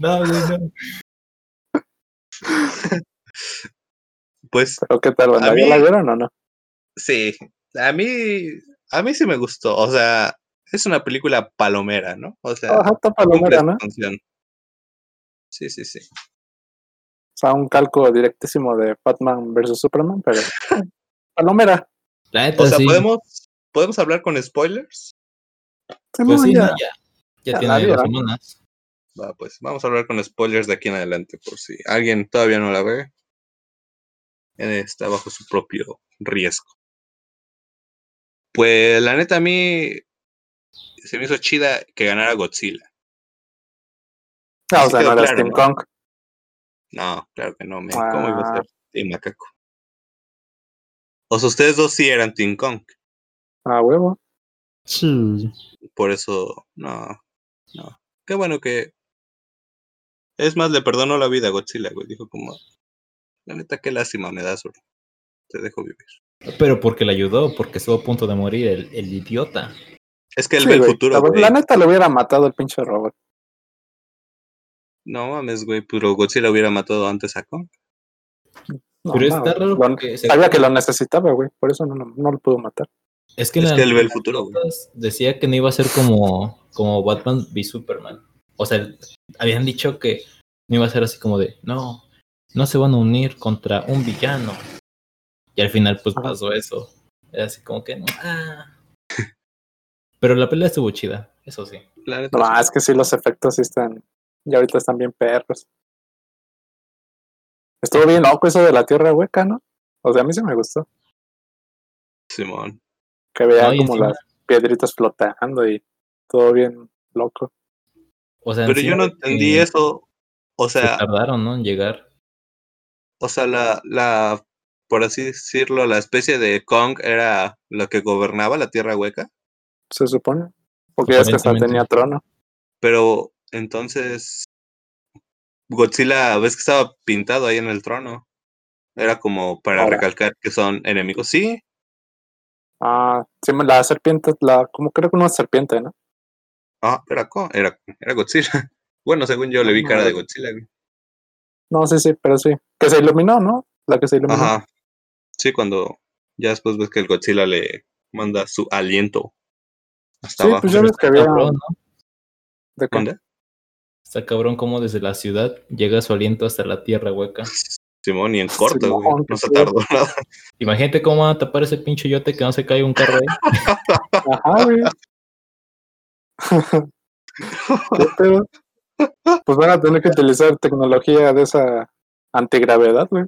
[SPEAKER 3] No, güey, no.
[SPEAKER 1] Pues
[SPEAKER 2] Pero ¿qué tal, banda?
[SPEAKER 1] A
[SPEAKER 2] ¿Ya
[SPEAKER 1] mí-
[SPEAKER 2] la vieron o no?
[SPEAKER 1] sí, a mí, a mí sí me gustó. O sea, es una película palomera, ¿no? O sea,
[SPEAKER 2] Ajá, está
[SPEAKER 1] cumple
[SPEAKER 2] palomera,
[SPEAKER 1] su
[SPEAKER 2] ¿no? O
[SPEAKER 1] función. Sí, sí, sí.
[SPEAKER 2] sea, un calco directísimo de Batman versus Superman, pero. palomera.
[SPEAKER 3] La neta,
[SPEAKER 1] O sea,
[SPEAKER 3] Ah, sí.
[SPEAKER 1] podemos, podemos hablar con spoilers.
[SPEAKER 3] Pues
[SPEAKER 2] Simón,
[SPEAKER 3] sí, no,
[SPEAKER 2] ya.
[SPEAKER 3] ya,
[SPEAKER 2] Ya
[SPEAKER 3] ya
[SPEAKER 2] la
[SPEAKER 3] tiene
[SPEAKER 2] vio,
[SPEAKER 3] dos
[SPEAKER 2] ¿no?
[SPEAKER 3] semanas.
[SPEAKER 1] Va, pues vamos a hablar con spoilers de aquí en adelante, por si alguien todavía no la ve. Eh, Está bajo su propio riesgo. Pues la neta a mí se me hizo chida que ganara Godzilla.
[SPEAKER 2] Ah,
[SPEAKER 1] Sí
[SPEAKER 2] o sea,
[SPEAKER 1] quedó
[SPEAKER 2] no eras
[SPEAKER 1] claro,
[SPEAKER 2] Team
[SPEAKER 1] ¿no?
[SPEAKER 2] Kong.
[SPEAKER 1] No, claro que no, men, ¿Cómo iba a
[SPEAKER 2] Ah.
[SPEAKER 1] ser Team Macaco? O sea, ustedes dos sí eran Team Kong.
[SPEAKER 2] Ah, huevo.
[SPEAKER 1] Por eso, no. No. Qué bueno que. Es más, le perdonó la vida a Godzilla, güey. Dijo como. La neta, qué lástima me das, bro. Te dejo vivir.
[SPEAKER 3] Pero porque le ayudó, porque estuvo a punto de morir el, el idiota.
[SPEAKER 1] Es que él
[SPEAKER 2] Sí,
[SPEAKER 1] ve el
[SPEAKER 2] güey.
[SPEAKER 1] futuro,
[SPEAKER 2] La,
[SPEAKER 1] güey.
[SPEAKER 2] la neta lo hubiera matado el pinche robot.
[SPEAKER 1] No mames, güey. Pero Godzilla hubiera matado antes a Kong.
[SPEAKER 2] No,
[SPEAKER 3] Pero
[SPEAKER 2] no,
[SPEAKER 3] está raro
[SPEAKER 2] lo-
[SPEAKER 3] porque se-
[SPEAKER 2] Sabía que lo necesitaba, güey. Por eso no, no, no lo pudo matar.
[SPEAKER 3] es que, en
[SPEAKER 1] es
[SPEAKER 3] la-
[SPEAKER 1] que él ve el futuro, güey.
[SPEAKER 3] notas decía que no iba a ser como, como Batman v Superman. O sea, habían dicho que no iba a ser así como de, no, no se van a unir contra un villano. Y al final pues
[SPEAKER 2] Ajá.
[SPEAKER 3] pasó eso. Era así como que, ah. Pero la pelea estuvo chida, eso sí.
[SPEAKER 1] La neta,
[SPEAKER 2] No,
[SPEAKER 1] sí.
[SPEAKER 2] es que sí, los efectos sí están. Y ahorita están bien perros. Estuvo bien loco eso de la tierra hueca, ¿no? O sea, a mí sí me gustó.
[SPEAKER 1] Simón.
[SPEAKER 2] Que veía
[SPEAKER 3] No, y
[SPEAKER 2] como
[SPEAKER 3] encima-
[SPEAKER 2] las piedritas flotando y todo bien loco.
[SPEAKER 3] O sea,
[SPEAKER 1] Pero yo no entendí
[SPEAKER 3] eso.
[SPEAKER 1] eso. O
[SPEAKER 3] Se
[SPEAKER 1] sea,
[SPEAKER 3] tardaron, ¿no? En llegar.
[SPEAKER 1] O sea, la, la, por así decirlo, la especie de Kong era la que gobernaba la Tierra Hueca,
[SPEAKER 2] Se supone. Porque ya es que hasta
[SPEAKER 3] Aparentemente.
[SPEAKER 2] tenía trono.
[SPEAKER 1] pero entonces Godzilla, ves que estaba pintado ahí en el trono. Era como para
[SPEAKER 2] Ahora.
[SPEAKER 1] recalcar que son enemigos. Sí,
[SPEAKER 2] Ah, sí, la serpiente, la, como creo que una serpiente, ¿no? Ah,
[SPEAKER 1] ah, era Kong, era, era Godzilla. Bueno, según yo le vi cara de Godzilla. güey.
[SPEAKER 2] No, sí, sí, pero sí. Que se iluminó, ¿no? La que se iluminó.
[SPEAKER 1] Ajá. Sí, cuando ya después ves que el Godzilla le manda su aliento hasta
[SPEAKER 2] Sí,
[SPEAKER 1] abajo.
[SPEAKER 2] pues ya ves que había.
[SPEAKER 3] Cabrón, ¿no?
[SPEAKER 2] ¿De qué?
[SPEAKER 1] ¿Mande?
[SPEAKER 3] Está cabrón como desde la ciudad llega su aliento hasta la tierra hueca.
[SPEAKER 1] Simón, y en corto, güey.
[SPEAKER 2] Simón,
[SPEAKER 1] No se
[SPEAKER 2] sí.
[SPEAKER 1] tardó nada.
[SPEAKER 3] Imagínate cómo van a tapar ese pinche yote que no se cae un carro ahí.
[SPEAKER 2] Ajá, güey. ¿Qué pedo? Pues van a tener que utilizar tecnología de esa antigravedad, güey.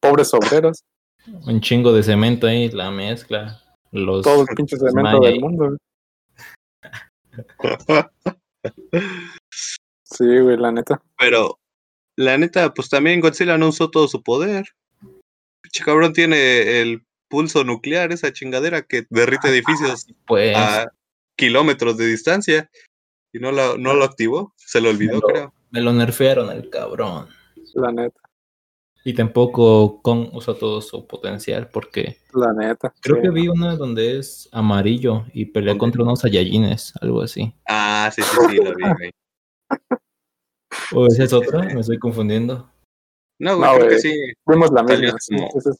[SPEAKER 2] Pobres obreros,
[SPEAKER 3] Un chingo de cemento ahí, la mezcla. Los...
[SPEAKER 2] todo el pinche cemento
[SPEAKER 3] Maya.
[SPEAKER 2] del mundo, güey. Sí, güey, la neta.
[SPEAKER 1] Pero, la neta, pues también Godzilla no usó todo su poder. Pinche cabrón tiene el pulso nuclear, esa chingadera que
[SPEAKER 2] Ah,
[SPEAKER 1] derrite edificios
[SPEAKER 3] Pues,
[SPEAKER 1] a kilómetros de distancia. Y no, la, no lo activó, se lo olvidó,
[SPEAKER 3] Pero-
[SPEAKER 1] creo.
[SPEAKER 3] me lo nerfearon el cabrón.
[SPEAKER 2] La neta,
[SPEAKER 3] Y tampoco Kong usa todo su potencial porque
[SPEAKER 2] la neta.
[SPEAKER 3] creo
[SPEAKER 2] sí.
[SPEAKER 3] que vi una donde es amarillo y pelea
[SPEAKER 1] ¿Dónde?
[SPEAKER 3] contra unos Saiyajines, algo así.
[SPEAKER 1] Ah, sí, sí, sí, lo vi, güey.
[SPEAKER 3] ¿O esa es otra? Me estoy confundiendo.
[SPEAKER 1] No, güey,
[SPEAKER 2] No,
[SPEAKER 1] creo que
[SPEAKER 2] güey.
[SPEAKER 1] sí.
[SPEAKER 2] Vimos la
[SPEAKER 1] Salió
[SPEAKER 2] misma. sí,
[SPEAKER 1] como-
[SPEAKER 2] sí, sí,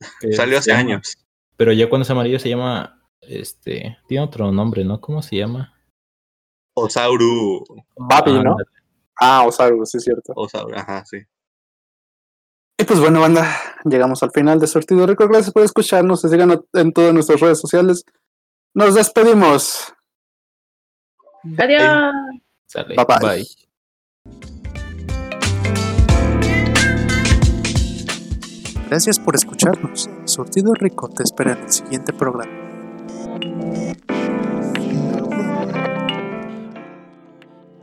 [SPEAKER 2] sí.
[SPEAKER 3] que
[SPEAKER 1] Salió hace
[SPEAKER 3] se llama-
[SPEAKER 1] años.
[SPEAKER 3] Pero ya cuando es amarillo se llama, este, tiene otro nombre, ¿no? ¿Cómo se llama?
[SPEAKER 1] Osauru.
[SPEAKER 2] Babi,
[SPEAKER 3] Ah,
[SPEAKER 2] ¿no? Ah, Osaru, sí, es cierto.
[SPEAKER 1] Osauru, ajá, sí.
[SPEAKER 2] Y pues bueno, banda, llegamos al final de Sortido Rico. Gracias por escucharnos. Se sigan en todas nuestras redes sociales. Nos despedimos.
[SPEAKER 4] Adiós.
[SPEAKER 3] Sale.
[SPEAKER 2] Bye, bye.
[SPEAKER 3] Bye.
[SPEAKER 2] Gracias por escucharnos. Sortido Rico te espera en el siguiente programa.